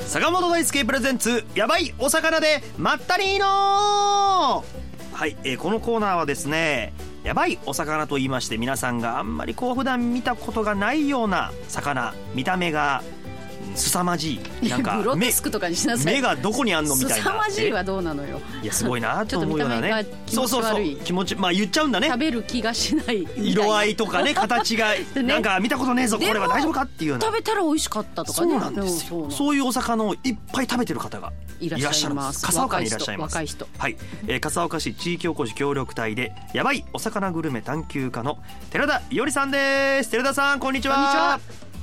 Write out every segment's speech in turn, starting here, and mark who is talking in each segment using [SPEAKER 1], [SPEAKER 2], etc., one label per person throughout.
[SPEAKER 1] 坂本大輔プレゼンツやばいお魚でまったりーのーはい、えーこのコーナーはですねやばいお魚と言いまして皆さんがあんまりこう普段見たことがないような魚見た目がうん凄まじいなん か
[SPEAKER 2] グロテスクとかにしなさい
[SPEAKER 1] 目がどこにあんのみたいな
[SPEAKER 2] 凄まじいはどうなのよ
[SPEAKER 1] いやすごいなと思うようなね
[SPEAKER 2] ちょ
[SPEAKER 1] そう
[SPEAKER 2] っと見た目が気持ち
[SPEAKER 1] そうそ
[SPEAKER 2] 悪
[SPEAKER 1] う
[SPEAKER 2] い
[SPEAKER 1] 気持ちまあ言っちゃうんだね
[SPEAKER 2] 食べる気がしないみたいな
[SPEAKER 1] 色合いとか ね形が
[SPEAKER 2] ね
[SPEAKER 1] なんか見たことねえぞこ
[SPEAKER 2] でも
[SPEAKER 1] れは大丈夫かっていうような
[SPEAKER 2] 食べたら美味しかったとか
[SPEAKER 1] そ
[SPEAKER 2] ね
[SPEAKER 1] うなんです
[SPEAKER 2] う
[SPEAKER 1] よ
[SPEAKER 2] んそう
[SPEAKER 1] そういうお魚をいっぱい食べてる方が
[SPEAKER 2] いら
[SPEAKER 1] いらっ
[SPEAKER 2] っ
[SPEAKER 1] し
[SPEAKER 2] し
[SPEAKER 1] ゃ
[SPEAKER 2] ゃ
[SPEAKER 1] る
[SPEAKER 2] い
[SPEAKER 1] んで
[SPEAKER 2] ますす
[SPEAKER 1] 笠岡にいらっしゃいます
[SPEAKER 2] 若い人
[SPEAKER 1] はい、えー、笠岡市地域おこし協力隊でやばいお魚グルメ探求家の寺田伊織さんです寺田さんこんにちは
[SPEAKER 2] こんにちは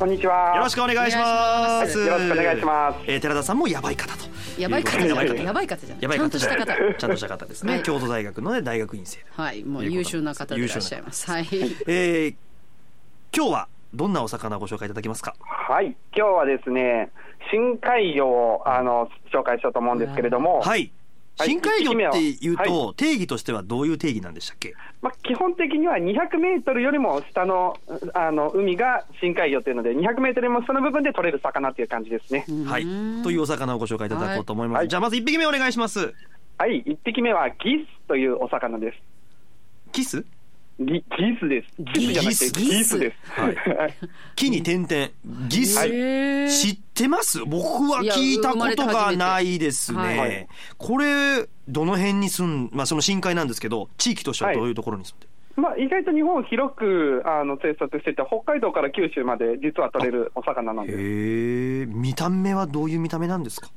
[SPEAKER 3] こんにちは。
[SPEAKER 1] よろしくお願いします、
[SPEAKER 3] はいよろしくお願いします
[SPEAKER 1] えー、寺田さんもやばい方と
[SPEAKER 2] やばい方じゃ
[SPEAKER 1] や
[SPEAKER 2] な
[SPEAKER 1] ばい
[SPEAKER 2] い
[SPEAKER 1] 方
[SPEAKER 2] やばい方じゃ
[SPEAKER 1] や
[SPEAKER 2] な
[SPEAKER 1] ばい
[SPEAKER 2] いちゃ
[SPEAKER 1] 方
[SPEAKER 2] んとした方
[SPEAKER 1] ちゃんとした方ですね、
[SPEAKER 2] はい
[SPEAKER 1] 京都大学の、ね、大学院生
[SPEAKER 2] はいもう優秀な方でいらっしゃいますはい
[SPEAKER 1] えー、今日はどんなお魚をご紹介いただけますか
[SPEAKER 3] はい、今日はですね、深海魚をあの紹介しようと思うんですけれども、
[SPEAKER 1] はい
[SPEAKER 3] はい
[SPEAKER 1] 深海魚っていう
[SPEAKER 3] 一匹目
[SPEAKER 1] と、
[SPEAKER 3] は
[SPEAKER 1] 定義としてはどういう定義なんでしたっけ
[SPEAKER 3] まあ、基本的には200メートルよりも下のあの海が深海魚というので、200メートルよりも下の部分で取れる魚という感じですね。
[SPEAKER 1] はい。というお魚をご紹介いただこうと思います。
[SPEAKER 3] はい
[SPEAKER 1] じゃあまず1匹目お願いします。
[SPEAKER 3] はい、1匹目はギスというお魚です。
[SPEAKER 1] キス
[SPEAKER 3] ギギスです。ギスじゃなくて
[SPEAKER 1] ギス
[SPEAKER 3] ギスです。
[SPEAKER 1] はい木に点々。ギス。
[SPEAKER 2] へー
[SPEAKER 1] 知ってます僕は聞いたことがないですね。
[SPEAKER 2] いや生まれて初めて
[SPEAKER 3] はい
[SPEAKER 1] これ、どの辺に住ん、まあその深海なんですけど、地域としてはどういうところに住んでる、
[SPEAKER 3] まあ、意外と日本広くあの生息してて、北海道から九州まで実は取れるお魚なんです。
[SPEAKER 1] へえ、見た目はどういう見た目なんですか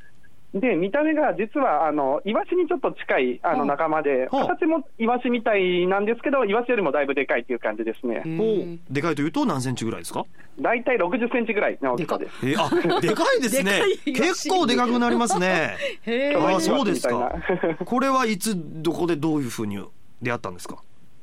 [SPEAKER 3] で見た目が実はあのイワシにちょっと近い
[SPEAKER 2] ほ
[SPEAKER 3] あ
[SPEAKER 2] う
[SPEAKER 3] の仲間で、
[SPEAKER 1] ほう
[SPEAKER 3] 形もイワシみたいなんですけど、イワシよりもだいぶでかいっていう感じですね、
[SPEAKER 2] へ
[SPEAKER 1] お
[SPEAKER 2] ー
[SPEAKER 1] でかいというと何センチぐらいですか
[SPEAKER 3] 大体60センチぐらいの大きさです。
[SPEAKER 1] えあ、でかいですね
[SPEAKER 2] でか。いらしい
[SPEAKER 1] 結構でかくなりますね。
[SPEAKER 2] へ
[SPEAKER 1] あ
[SPEAKER 2] ー
[SPEAKER 1] ーそうです
[SPEAKER 3] み
[SPEAKER 1] か
[SPEAKER 3] たいな
[SPEAKER 1] これはいつ、どこでどういうふうに出会ったんですか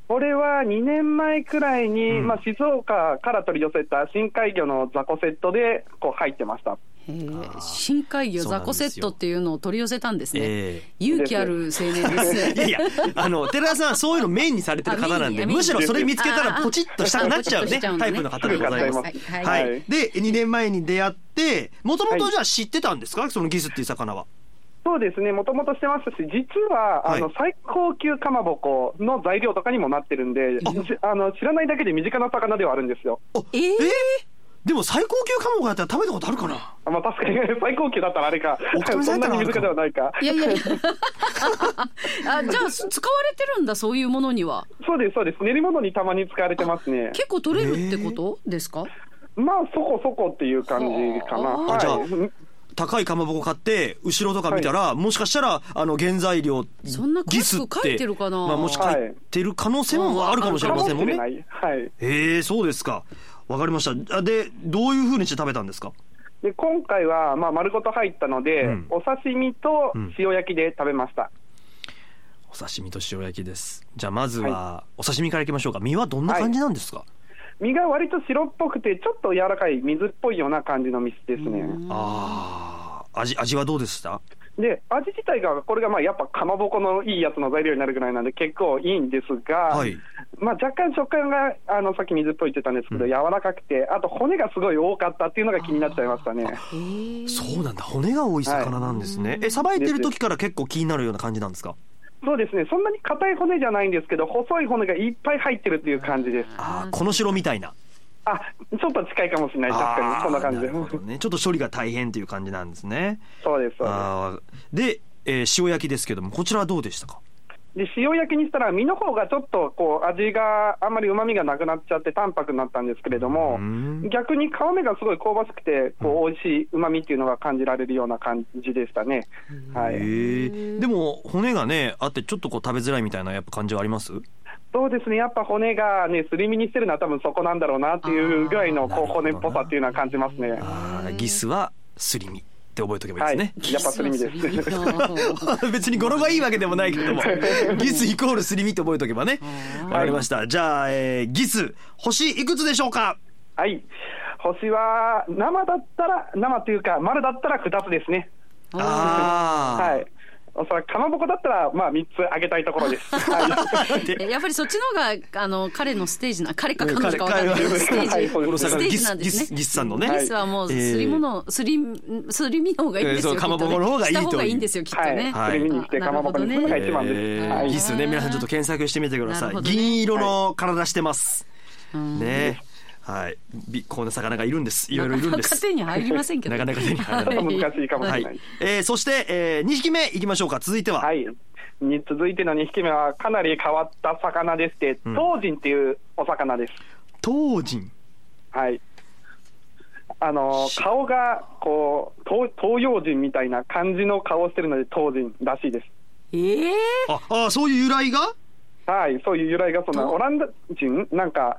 [SPEAKER 3] これは2年前くらいに、
[SPEAKER 1] うん
[SPEAKER 3] まあ、静岡から取り寄せた深海魚の雑魚セットでこう入ってました。
[SPEAKER 2] へー深海魚雑魚セットっていうのを取り寄せたんですね
[SPEAKER 1] ええ
[SPEAKER 2] 勇気ある青年で
[SPEAKER 1] い
[SPEAKER 2] す
[SPEAKER 1] やいや、あの、寺田さんはそういうのメインにされてる方なんで、
[SPEAKER 2] あメイン
[SPEAKER 1] むしろそれ見つけたらポチッとしたく なっちゃうね、
[SPEAKER 2] ポチッとしちゃうん
[SPEAKER 1] タ
[SPEAKER 2] だ
[SPEAKER 1] イ
[SPEAKER 2] ね
[SPEAKER 1] プの方でございます。
[SPEAKER 3] はい
[SPEAKER 2] はい
[SPEAKER 1] は
[SPEAKER 3] はいい。
[SPEAKER 1] で、2年前に出会って、もとも
[SPEAKER 3] は
[SPEAKER 1] と
[SPEAKER 3] い
[SPEAKER 1] じゃあ知ってたんですかそのギスっていう魚は。
[SPEAKER 3] そうですね、もともとしてますし、実は、
[SPEAKER 1] はい
[SPEAKER 3] あの最高級かまぼこの材料とかにもなってるんで、じあの知らないだけで身近な魚ではあるんですよ。
[SPEAKER 1] あ
[SPEAKER 2] えー
[SPEAKER 1] でも最高級カモがやったら食べたことあるかな
[SPEAKER 3] あまあ、確かに 最高級だったらあれか
[SPEAKER 1] お金、
[SPEAKER 3] そんなに
[SPEAKER 1] ない
[SPEAKER 3] 身
[SPEAKER 1] から
[SPEAKER 3] 近ではないか。
[SPEAKER 2] いやいやいやあじゃあ使われてるんだそういうものには
[SPEAKER 3] そうです、そうです。練り物にたまに使われてますね。
[SPEAKER 2] 結構取れるってことですか、
[SPEAKER 3] まあ、そこそこっていう感じかな。
[SPEAKER 2] は
[SPEAKER 1] あ
[SPEAKER 3] はい
[SPEAKER 1] じゃあ
[SPEAKER 3] うん
[SPEAKER 1] 高いかまぼこ買って、後ろとか見たら、もしかしたら、あの、原材料、
[SPEAKER 2] そんな詳しく書いてるかな
[SPEAKER 1] ギスってまあ、もし書いてる可能性もあるかもしれ
[SPEAKER 3] か
[SPEAKER 1] ま
[SPEAKER 3] も
[SPEAKER 1] せんも
[SPEAKER 3] し
[SPEAKER 1] ん
[SPEAKER 3] れ
[SPEAKER 1] ね。
[SPEAKER 3] ない。はい。
[SPEAKER 1] ええそうですか。わかりました。あで、どういうふうにして食べたんですか
[SPEAKER 3] で、今回は、まあ、丸ごと入ったので、
[SPEAKER 1] うん
[SPEAKER 3] お刺身と
[SPEAKER 1] うん
[SPEAKER 3] 塩焼きで食べました。
[SPEAKER 1] お刺身と塩焼きです。じゃあまずは、お刺身からいきましょうか。身はどんな感じなんですか、
[SPEAKER 3] 身が割と白っぽくて、ちょっと柔らかい水っぽいような感じの水ですね。
[SPEAKER 1] ああ、味、味はどうでした
[SPEAKER 3] で、味自体が、これがまあやっぱかまぼこのいいやつの材料になるぐらいなんで、結構いいんですが、
[SPEAKER 1] はい
[SPEAKER 3] まあ、若干食感があのさっき水っぽいって言ったんですけど、
[SPEAKER 1] うん
[SPEAKER 3] 柔らかくて、あと骨がすごい多かったっていうのが気になっちゃいましたね。
[SPEAKER 2] えー
[SPEAKER 1] そうなんだ。骨が多い魚なんですね。え、さばいてる時から結構気になるような感じなんですか
[SPEAKER 3] そうですね、そんなに硬い骨じゃないんですけど、細い骨がいっぱい入ってるっていう感じです。
[SPEAKER 1] ああ、この白みたいな。
[SPEAKER 3] あちょっと近いかもしれない、確か
[SPEAKER 1] あ
[SPEAKER 3] に、
[SPEAKER 1] ー
[SPEAKER 3] そんな感じ
[SPEAKER 1] な
[SPEAKER 3] で
[SPEAKER 1] るほどね。ちょっと処理が大変という感じなんですね。
[SPEAKER 3] そうです、そうで
[SPEAKER 1] ああ、で、えー塩焼きですけども、こちらはどうでしたか
[SPEAKER 3] す。で、塩焼きにしたら、身の方がちょっとこう味があんまり旨味がなくなっちゃって、淡白になったんですけれども
[SPEAKER 1] うん、
[SPEAKER 3] 逆に皮目がすごい香ばしくて、こう美味しい旨味っていうのが感じられるような感じでしたね。は
[SPEAKER 1] え
[SPEAKER 3] い
[SPEAKER 1] ー、でも骨がねあってちょっとこう食べづらいみたいなやっぱ感じはあります
[SPEAKER 3] そうですね、やっぱ骨がね、すり身にしてるのは、多分そこなんだろうなっていうぐらいのこう
[SPEAKER 1] あーな
[SPEAKER 3] 骨
[SPEAKER 1] る
[SPEAKER 3] っ
[SPEAKER 1] ほどな
[SPEAKER 3] ぽさっていうのは感じますね。
[SPEAKER 1] あーギスはすり身って覚えとけば
[SPEAKER 3] はい
[SPEAKER 1] い
[SPEAKER 3] い、や
[SPEAKER 1] で
[SPEAKER 3] っ
[SPEAKER 1] すね、
[SPEAKER 3] ぱすり身です。
[SPEAKER 2] キスはすり身だ
[SPEAKER 1] 別に語呂がいいわけでもないけれど もギスイコールすり身って覚えとけばね
[SPEAKER 2] はい
[SPEAKER 1] わかりましたじゃあ、えーギス星いくつでしょうか
[SPEAKER 3] はい、星は生だったら、生というか、丸だったら2つですね。
[SPEAKER 1] ああー、
[SPEAKER 3] はい、それかまぼこだったら、まあ、3つあげたいとこ ろです。はい
[SPEAKER 2] え やっぱりそっちの方があの彼のステージな彼か
[SPEAKER 1] うん
[SPEAKER 2] 彼女か分かんないけど
[SPEAKER 1] 彼
[SPEAKER 2] ステ
[SPEAKER 3] はいそ
[SPEAKER 1] こ
[SPEAKER 2] ー
[SPEAKER 3] うで
[SPEAKER 2] ジ
[SPEAKER 1] の
[SPEAKER 2] ス
[SPEAKER 1] 魚
[SPEAKER 2] テー
[SPEAKER 1] ギ
[SPEAKER 2] ジな
[SPEAKER 1] ス
[SPEAKER 2] んで
[SPEAKER 1] ギ
[SPEAKER 2] す
[SPEAKER 1] ス
[SPEAKER 2] ね。
[SPEAKER 1] ギスさんの
[SPEAKER 2] ギ
[SPEAKER 1] ね、
[SPEAKER 2] スはもうすり物、すりすり身の方がいいんですよ。
[SPEAKER 1] えーそう
[SPEAKER 2] きっとね
[SPEAKER 1] かまぼこの方がいいと
[SPEAKER 2] した方がいいんですよきっとね。
[SPEAKER 1] はい
[SPEAKER 3] それ見に来て
[SPEAKER 2] あ
[SPEAKER 3] かまぼこにするのが一番です。
[SPEAKER 1] えー
[SPEAKER 3] はい
[SPEAKER 1] ギスね皆さんちょっと検索してみてくださ
[SPEAKER 2] ないるほどね
[SPEAKER 1] 銀色の体してます
[SPEAKER 2] うん
[SPEAKER 1] ねはいびこんな魚がいるんですいろいろいるんで
[SPEAKER 2] なかなか
[SPEAKER 1] す
[SPEAKER 2] 手に入りませんけど。
[SPEAKER 1] なかなか手に入らない
[SPEAKER 2] は
[SPEAKER 3] 難しいかもし
[SPEAKER 1] は
[SPEAKER 3] れ
[SPEAKER 1] い
[SPEAKER 3] ない。
[SPEAKER 1] えーそしてえー二匹目いきましょうか続いては
[SPEAKER 3] はい。に続いての2匹目はかなり変わった魚でして、
[SPEAKER 1] うん
[SPEAKER 3] 東人っていうお魚です。
[SPEAKER 1] 東人
[SPEAKER 3] はい。あの
[SPEAKER 1] し
[SPEAKER 3] 顔がこう東東洋人みたいな感じの顔をしてるので東人らしいです。
[SPEAKER 2] ええ
[SPEAKER 1] ああーそういう由来が
[SPEAKER 3] はい、そういう由来がそんな
[SPEAKER 2] と
[SPEAKER 3] オランダ人なんか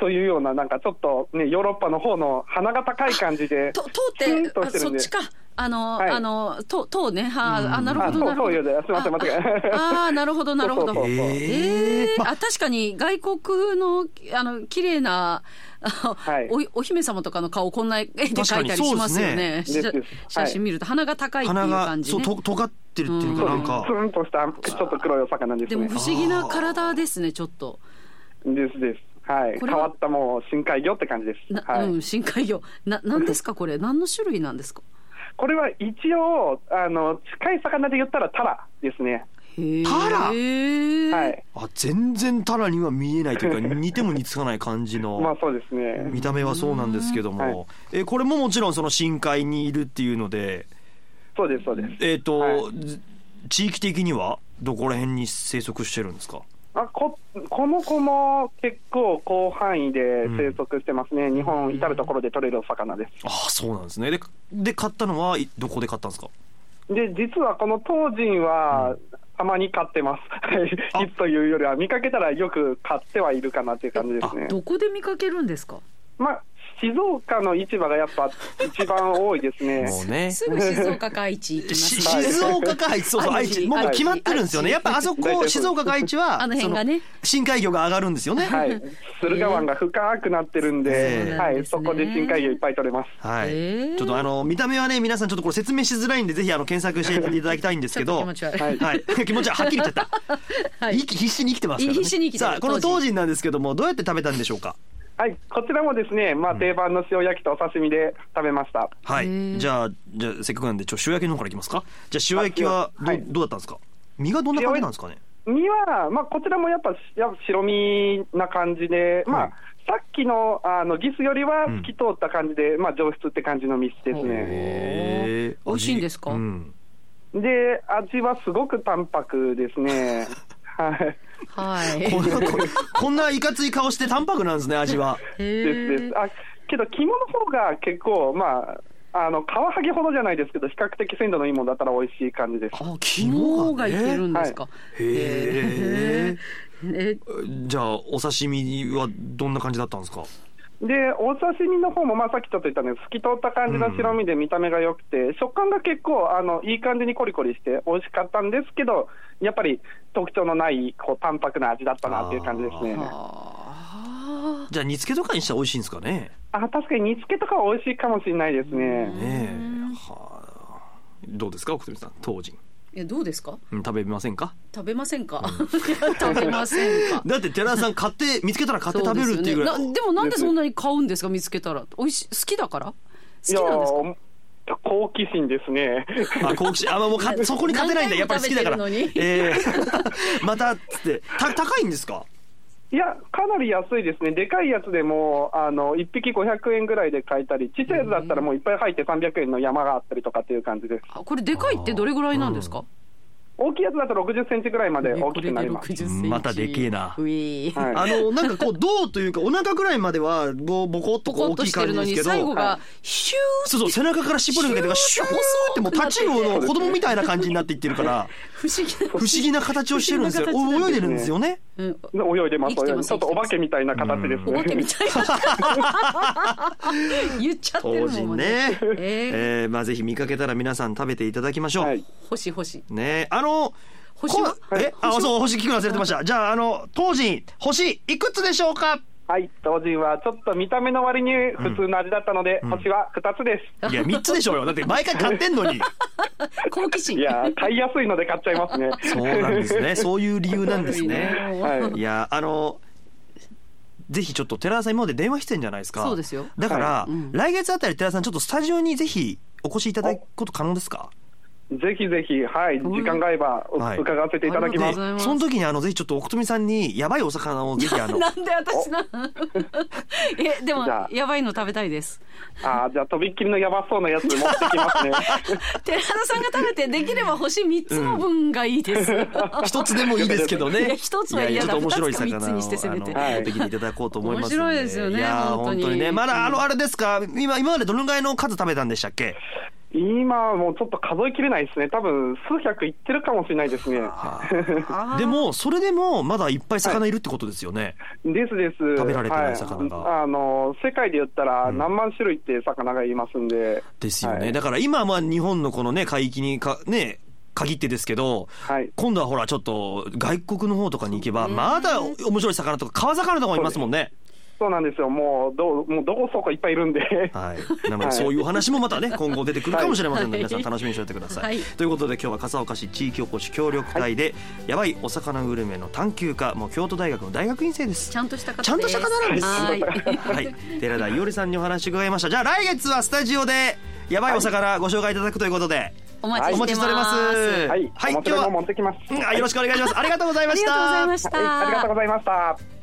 [SPEAKER 3] そういうようななんかちょっとねヨーロッパの方の鼻が高い感じで
[SPEAKER 2] と、と
[SPEAKER 3] シュ
[SPEAKER 2] うっ
[SPEAKER 3] ン
[SPEAKER 2] て、
[SPEAKER 3] とし
[SPEAKER 2] あ
[SPEAKER 3] てる
[SPEAKER 2] そ
[SPEAKER 3] ん
[SPEAKER 2] っ
[SPEAKER 3] で
[SPEAKER 2] ちか。あの、
[SPEAKER 3] はい
[SPEAKER 2] あの、と、とうね、は
[SPEAKER 1] うん
[SPEAKER 2] あ、あ、なるほど、
[SPEAKER 3] あ
[SPEAKER 2] なるほ
[SPEAKER 3] そうそう
[SPEAKER 2] ど。
[SPEAKER 3] よすいません間違え
[SPEAKER 2] ああ、なるほど、なるほ
[SPEAKER 3] そうそ
[SPEAKER 2] ど。
[SPEAKER 3] うそう
[SPEAKER 2] ええ
[SPEAKER 1] まあ
[SPEAKER 2] あ、確かに外国の、あの、綺麗な、あ
[SPEAKER 3] はい
[SPEAKER 2] お、お姫様とかの顔こんな絵で描いたりしますよね。
[SPEAKER 3] 確かにそうですね
[SPEAKER 2] し
[SPEAKER 3] ですですは
[SPEAKER 2] 写
[SPEAKER 3] い
[SPEAKER 2] 真見ると鼻が高いっていう
[SPEAKER 1] 鼻が
[SPEAKER 2] 感じ
[SPEAKER 1] そう
[SPEAKER 2] ね。
[SPEAKER 1] と尖ってるっていうか
[SPEAKER 3] そ
[SPEAKER 1] な
[SPEAKER 3] うんです
[SPEAKER 1] か
[SPEAKER 3] ツンとしたちょっと黒いお魚です
[SPEAKER 2] でも
[SPEAKER 3] ね
[SPEAKER 2] 不思議な体ですね、ちょっと。
[SPEAKER 3] ですですはい
[SPEAKER 2] こ
[SPEAKER 3] 変
[SPEAKER 2] れは
[SPEAKER 3] わったもう深海魚って感じです
[SPEAKER 2] な、
[SPEAKER 3] はい、
[SPEAKER 2] うん、深海魚。な、何ですか、これ。何の種類なんですか
[SPEAKER 3] これは一応あの近い魚で言ったらタラですね
[SPEAKER 2] へえ。
[SPEAKER 1] タラ
[SPEAKER 3] は。
[SPEAKER 2] はい
[SPEAKER 1] あ全然タラには見えないというか 似ても似つかない感じの
[SPEAKER 3] まあそうですね
[SPEAKER 1] 見た目はそうなんですけど
[SPEAKER 3] うんはい
[SPEAKER 1] も、えーこれももちろんその深海にいるっていうので、
[SPEAKER 3] そうですそうです
[SPEAKER 1] えっ、と、
[SPEAKER 3] は
[SPEAKER 1] ず地域的にはどこら辺に生息してるんですか。
[SPEAKER 3] あここの子も結構広範囲で生息してますね、日本至る所で取れるお魚です
[SPEAKER 1] ああ、そうなんですね。で、で買ったのはいどこで買ったんですか。
[SPEAKER 3] で実はこの当人は、たまに買ってます。
[SPEAKER 1] あ
[SPEAKER 3] はいいつというよりは、見かけたらよく買ってはいるかなっていう感じですね。
[SPEAKER 2] どこで見かけるんですか
[SPEAKER 3] まあ、静岡の市場がやっぱ一番多いですね。
[SPEAKER 1] もうね。
[SPEAKER 2] すぐ静岡か愛知行きま
[SPEAKER 1] し
[SPEAKER 2] すね。
[SPEAKER 1] 静岡か愛知、 そうそう、
[SPEAKER 2] 愛
[SPEAKER 1] 愛
[SPEAKER 2] 知
[SPEAKER 1] 知、もう
[SPEAKER 2] 愛知
[SPEAKER 1] 決まってるんですよね。
[SPEAKER 2] 愛知
[SPEAKER 1] やっぱあそ
[SPEAKER 3] 大体そう
[SPEAKER 1] こ、
[SPEAKER 3] です
[SPEAKER 1] 静岡か愛知は、
[SPEAKER 2] あの辺がね
[SPEAKER 1] その深海魚が上がるんですよね。は。
[SPEAKER 3] はいい、駿河湾が深くなってるん
[SPEAKER 1] え
[SPEAKER 3] で、
[SPEAKER 1] え
[SPEAKER 3] はい、そこで深海魚いっぱい取れます。
[SPEAKER 2] へー
[SPEAKER 1] ちょっとあの見た目はね、皆さんちょっとこれ説明しづらいんで、ぜひあの検索していただきたいんですけど。
[SPEAKER 2] ちょっと気持ち悪い
[SPEAKER 1] はい、 気持ちははっきり言っちゃった。
[SPEAKER 2] はい
[SPEAKER 1] 生き必死に生きてますから、ね。
[SPEAKER 2] 必死に生きてる
[SPEAKER 1] さあ、この
[SPEAKER 2] 当
[SPEAKER 1] 当
[SPEAKER 2] 時
[SPEAKER 1] 人なんですけども、どうやって食べたんでしょうか。
[SPEAKER 3] はい、こちらもですね、まあ、定番の塩焼きとお刺身で食べました。
[SPEAKER 1] は
[SPEAKER 2] へ
[SPEAKER 1] い。
[SPEAKER 2] ー
[SPEAKER 1] じゃあ、じゃあせっかくなんで、ちょ塩焼きの方からいきますか。じゃあ塩焼きはど,、
[SPEAKER 3] あはい
[SPEAKER 1] どうだったんですか。身がどんな感じなんですかね。
[SPEAKER 3] 身は、まあ、こちらもやっぱやっぱ白身な感じで、まあ
[SPEAKER 1] はい
[SPEAKER 3] さっきのあのギスよりは
[SPEAKER 1] うん
[SPEAKER 3] 透き通った感じで、まあ、上質って感じの身質ですね。
[SPEAKER 1] へー
[SPEAKER 2] 美味しいんですか
[SPEAKER 1] うん。
[SPEAKER 3] で、味はすごく淡白ですね。 はい、
[SPEAKER 2] はい。
[SPEAKER 1] こんなこんこんないかつい顔して淡白なんですね味は。
[SPEAKER 2] へ
[SPEAKER 3] です
[SPEAKER 2] ー
[SPEAKER 3] です。あけど、肝の方が結構、まあ、あのカワハギほどじゃないですけど、比較的鮮度のいいものだったら美味しい感じです。
[SPEAKER 1] あ
[SPEAKER 2] 肝がいけるんですか。
[SPEAKER 1] へえ。
[SPEAKER 2] へーえ
[SPEAKER 1] じゃあお刺身はどんな感じだったんですか。
[SPEAKER 3] で、お刺身の方も、まあ、さっきちょっと言ったね、透き通った感じの白身で見た目が良くて、食感が結構あの、いい感じにコリコリして、美味しかったんですけど、やっぱり特徴のない、こう、淡白な味だったなっていう感じですね。あ
[SPEAKER 2] あ
[SPEAKER 1] じゃあ煮付けとかにしたら美味しいんですかね。
[SPEAKER 3] 確かに煮付けとかは美味しいかもしれないですね。
[SPEAKER 1] ねえ。はあ。どうですか奥富さん当人。
[SPEAKER 2] ー。え、どうですか
[SPEAKER 1] うん食べませんか。
[SPEAKER 2] 食べませんかいや 食べませんか。
[SPEAKER 1] だって寺田さん買って見つけたら買って食べるっていうぐらい。
[SPEAKER 2] そですよねなでもなんでそんなに買うんですか見つけたら。美味しい、好きだから好きなんですか
[SPEAKER 3] いやー好奇心ですね。
[SPEAKER 1] あ、好奇心。あ、まあも うか、そこに勝てないんだ。やっぱり好きだから。
[SPEAKER 2] 何回も食べ
[SPEAKER 1] ええ また、つって。た、高いんですか
[SPEAKER 3] いや、かなり安いですね。でかいやつでも、あの、1匹500円ぐらいで買えたり、ちっちゃいやつだったらもういっぱい入って300円の山があったりとかっていう感じです。
[SPEAKER 2] あこれでかいってどれぐらいなんですか
[SPEAKER 3] 大きいやつだと60センチぐらいまで
[SPEAKER 2] え
[SPEAKER 3] 大きくなります
[SPEAKER 2] こ。れで60センチ
[SPEAKER 1] またでけえな
[SPEAKER 2] うい
[SPEAKER 3] はい
[SPEAKER 1] あの、なんかこう、銅というか、お腹ぐらいまでは、ぼボコっと
[SPEAKER 2] ポ
[SPEAKER 1] こ
[SPEAKER 2] コ
[SPEAKER 1] う
[SPEAKER 2] ッ
[SPEAKER 1] 大
[SPEAKER 2] と
[SPEAKER 1] きい
[SPEAKER 2] して
[SPEAKER 1] 感
[SPEAKER 2] る
[SPEAKER 1] じ
[SPEAKER 2] の
[SPEAKER 1] です
[SPEAKER 2] に
[SPEAKER 1] けど、
[SPEAKER 2] 最後がヒュー
[SPEAKER 1] そうそう、背中から絞り抜けて、シューってもうタチウオの子供みたいな感じになっていってる から、
[SPEAKER 2] 不思議な
[SPEAKER 1] 不思議な形をしてるんですよ。お泳いでるんですよね。
[SPEAKER 2] うん
[SPEAKER 3] 泳いでま
[SPEAKER 2] 生き
[SPEAKER 3] す、
[SPEAKER 2] て
[SPEAKER 3] 泳いで
[SPEAKER 2] ま
[SPEAKER 3] ますすちょっとお化けみたいな形ですね。
[SPEAKER 2] お化けみたいな言っちゃって
[SPEAKER 1] 当
[SPEAKER 2] るも
[SPEAKER 1] 人
[SPEAKER 2] ん
[SPEAKER 1] ね。
[SPEAKER 2] えー
[SPEAKER 1] ええまあぜひ見かけたら皆さん食べていただきましょう。
[SPEAKER 3] はい、
[SPEAKER 2] 星星
[SPEAKER 1] ねえ、あの、
[SPEAKER 2] 星は
[SPEAKER 1] こえ、あ、そう、星聞くの忘れてました。じゃあ、あの、当時、星いくつでしょうか
[SPEAKER 3] はい、当人はちょっと見た目の割に普通の味だったので、星は2つで
[SPEAKER 1] いや3つでしょうよだって毎回買ってんのに
[SPEAKER 2] 好奇
[SPEAKER 3] す。
[SPEAKER 2] 心
[SPEAKER 3] いやー、買いやすいので買っちゃいますね。
[SPEAKER 1] そうなんですねそういう理由なんですね
[SPEAKER 2] ね
[SPEAKER 3] はい
[SPEAKER 1] いやあのぜひちょっと寺田さん今まで電話出演じゃないですか
[SPEAKER 2] そうですよ
[SPEAKER 1] だから、
[SPEAKER 2] いうん
[SPEAKER 1] 来月あたり寺田さんちょっとスタジオにぜひお越しいただくこと可能ですか
[SPEAKER 3] ぜひぜひ、はい、時間が合えばう
[SPEAKER 1] はい
[SPEAKER 3] 伺わせていただきま
[SPEAKER 2] ありがとうご
[SPEAKER 1] で
[SPEAKER 3] す
[SPEAKER 2] ざ。います
[SPEAKER 1] その時にあのぜひちょっと奥富さんに やばいお魚をぜひあの
[SPEAKER 2] なんで私なの えでも
[SPEAKER 3] じゃあ
[SPEAKER 2] やばいの食べたいです
[SPEAKER 3] ああ、じゃあ、とびっきりのやばそうなやつ持ってきます ね。
[SPEAKER 2] 寺田さんが食べてできれば星三つの分がいいです、
[SPEAKER 1] 一つでもいいですけど
[SPEAKER 2] いや
[SPEAKER 1] ね。
[SPEAKER 2] 一つは嫌だ
[SPEAKER 1] いやちょっと面白い魚を
[SPEAKER 2] 二つか三つにしてせめて
[SPEAKER 1] あの
[SPEAKER 3] はい
[SPEAKER 1] 持ってきていただこうと思いますん。
[SPEAKER 2] 面白いですよね
[SPEAKER 1] いやー
[SPEAKER 2] 本当に
[SPEAKER 1] 本当にね。まだあのあれですか。今今までどのぐらいの数食べたんでしたっけ。
[SPEAKER 3] 今、もうちょっと数えきれないですね。多分、数百いってるかもしれないですね。
[SPEAKER 2] あー
[SPEAKER 1] でもそれでもまだいっぱい魚いるってことですよね。
[SPEAKER 3] ですです。
[SPEAKER 1] 食べられてない魚が
[SPEAKER 3] はい、あの、世界で言ったら何万種類って魚がいますんで。
[SPEAKER 1] ですよね。
[SPEAKER 3] はい
[SPEAKER 1] だから今はまあ日本のこのね海域にかね。限ってですけど、
[SPEAKER 3] はい
[SPEAKER 1] 今度はほらちょっと外国の方とかに行けばまだ面白い魚とか川魚とかもいますもんね。
[SPEAKER 3] そうなんですよ。もう、どう、もうどこそこいっぱいいるんで。
[SPEAKER 1] はい、なの
[SPEAKER 3] は
[SPEAKER 1] で
[SPEAKER 3] い
[SPEAKER 1] そういうお話もまたね今後出てくるかもしれませんので、
[SPEAKER 2] はい
[SPEAKER 1] 皆さん楽しみにしておいてください。
[SPEAKER 2] はい
[SPEAKER 1] ということで今日は笠岡市地域おこし協力隊で、やばいお魚グルメの探求家もう京都大学の大学院生です。
[SPEAKER 2] ちゃんとした方です
[SPEAKER 1] ちゃんとした方なんです
[SPEAKER 2] はい
[SPEAKER 1] はい、寺田伊織さんにお話伺いました。じゃあ来月はスタジオでやばいお魚ご紹介いただくということで、
[SPEAKER 2] お待ち
[SPEAKER 1] お
[SPEAKER 2] し
[SPEAKER 1] 待
[SPEAKER 2] て
[SPEAKER 1] ちしており
[SPEAKER 2] ま
[SPEAKER 1] ますす。
[SPEAKER 3] はい、おも
[SPEAKER 1] 今日
[SPEAKER 3] ちろ
[SPEAKER 1] は
[SPEAKER 3] ん持ってきます。
[SPEAKER 1] うんあよろしくお願いします。ありがとうござい
[SPEAKER 2] あ
[SPEAKER 1] まし
[SPEAKER 2] りがとうござい
[SPEAKER 1] た
[SPEAKER 2] ま。した
[SPEAKER 3] はい、ありがとうございました。